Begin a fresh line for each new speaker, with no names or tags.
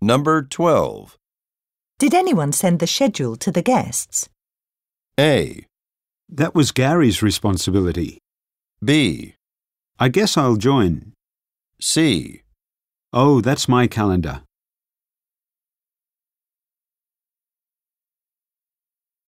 Number 12.
Did anyone send the schedule to the guests?
A.
That was Gary's responsibility.
B.
I guess I'll join.
C.
Oh, that's my calendar.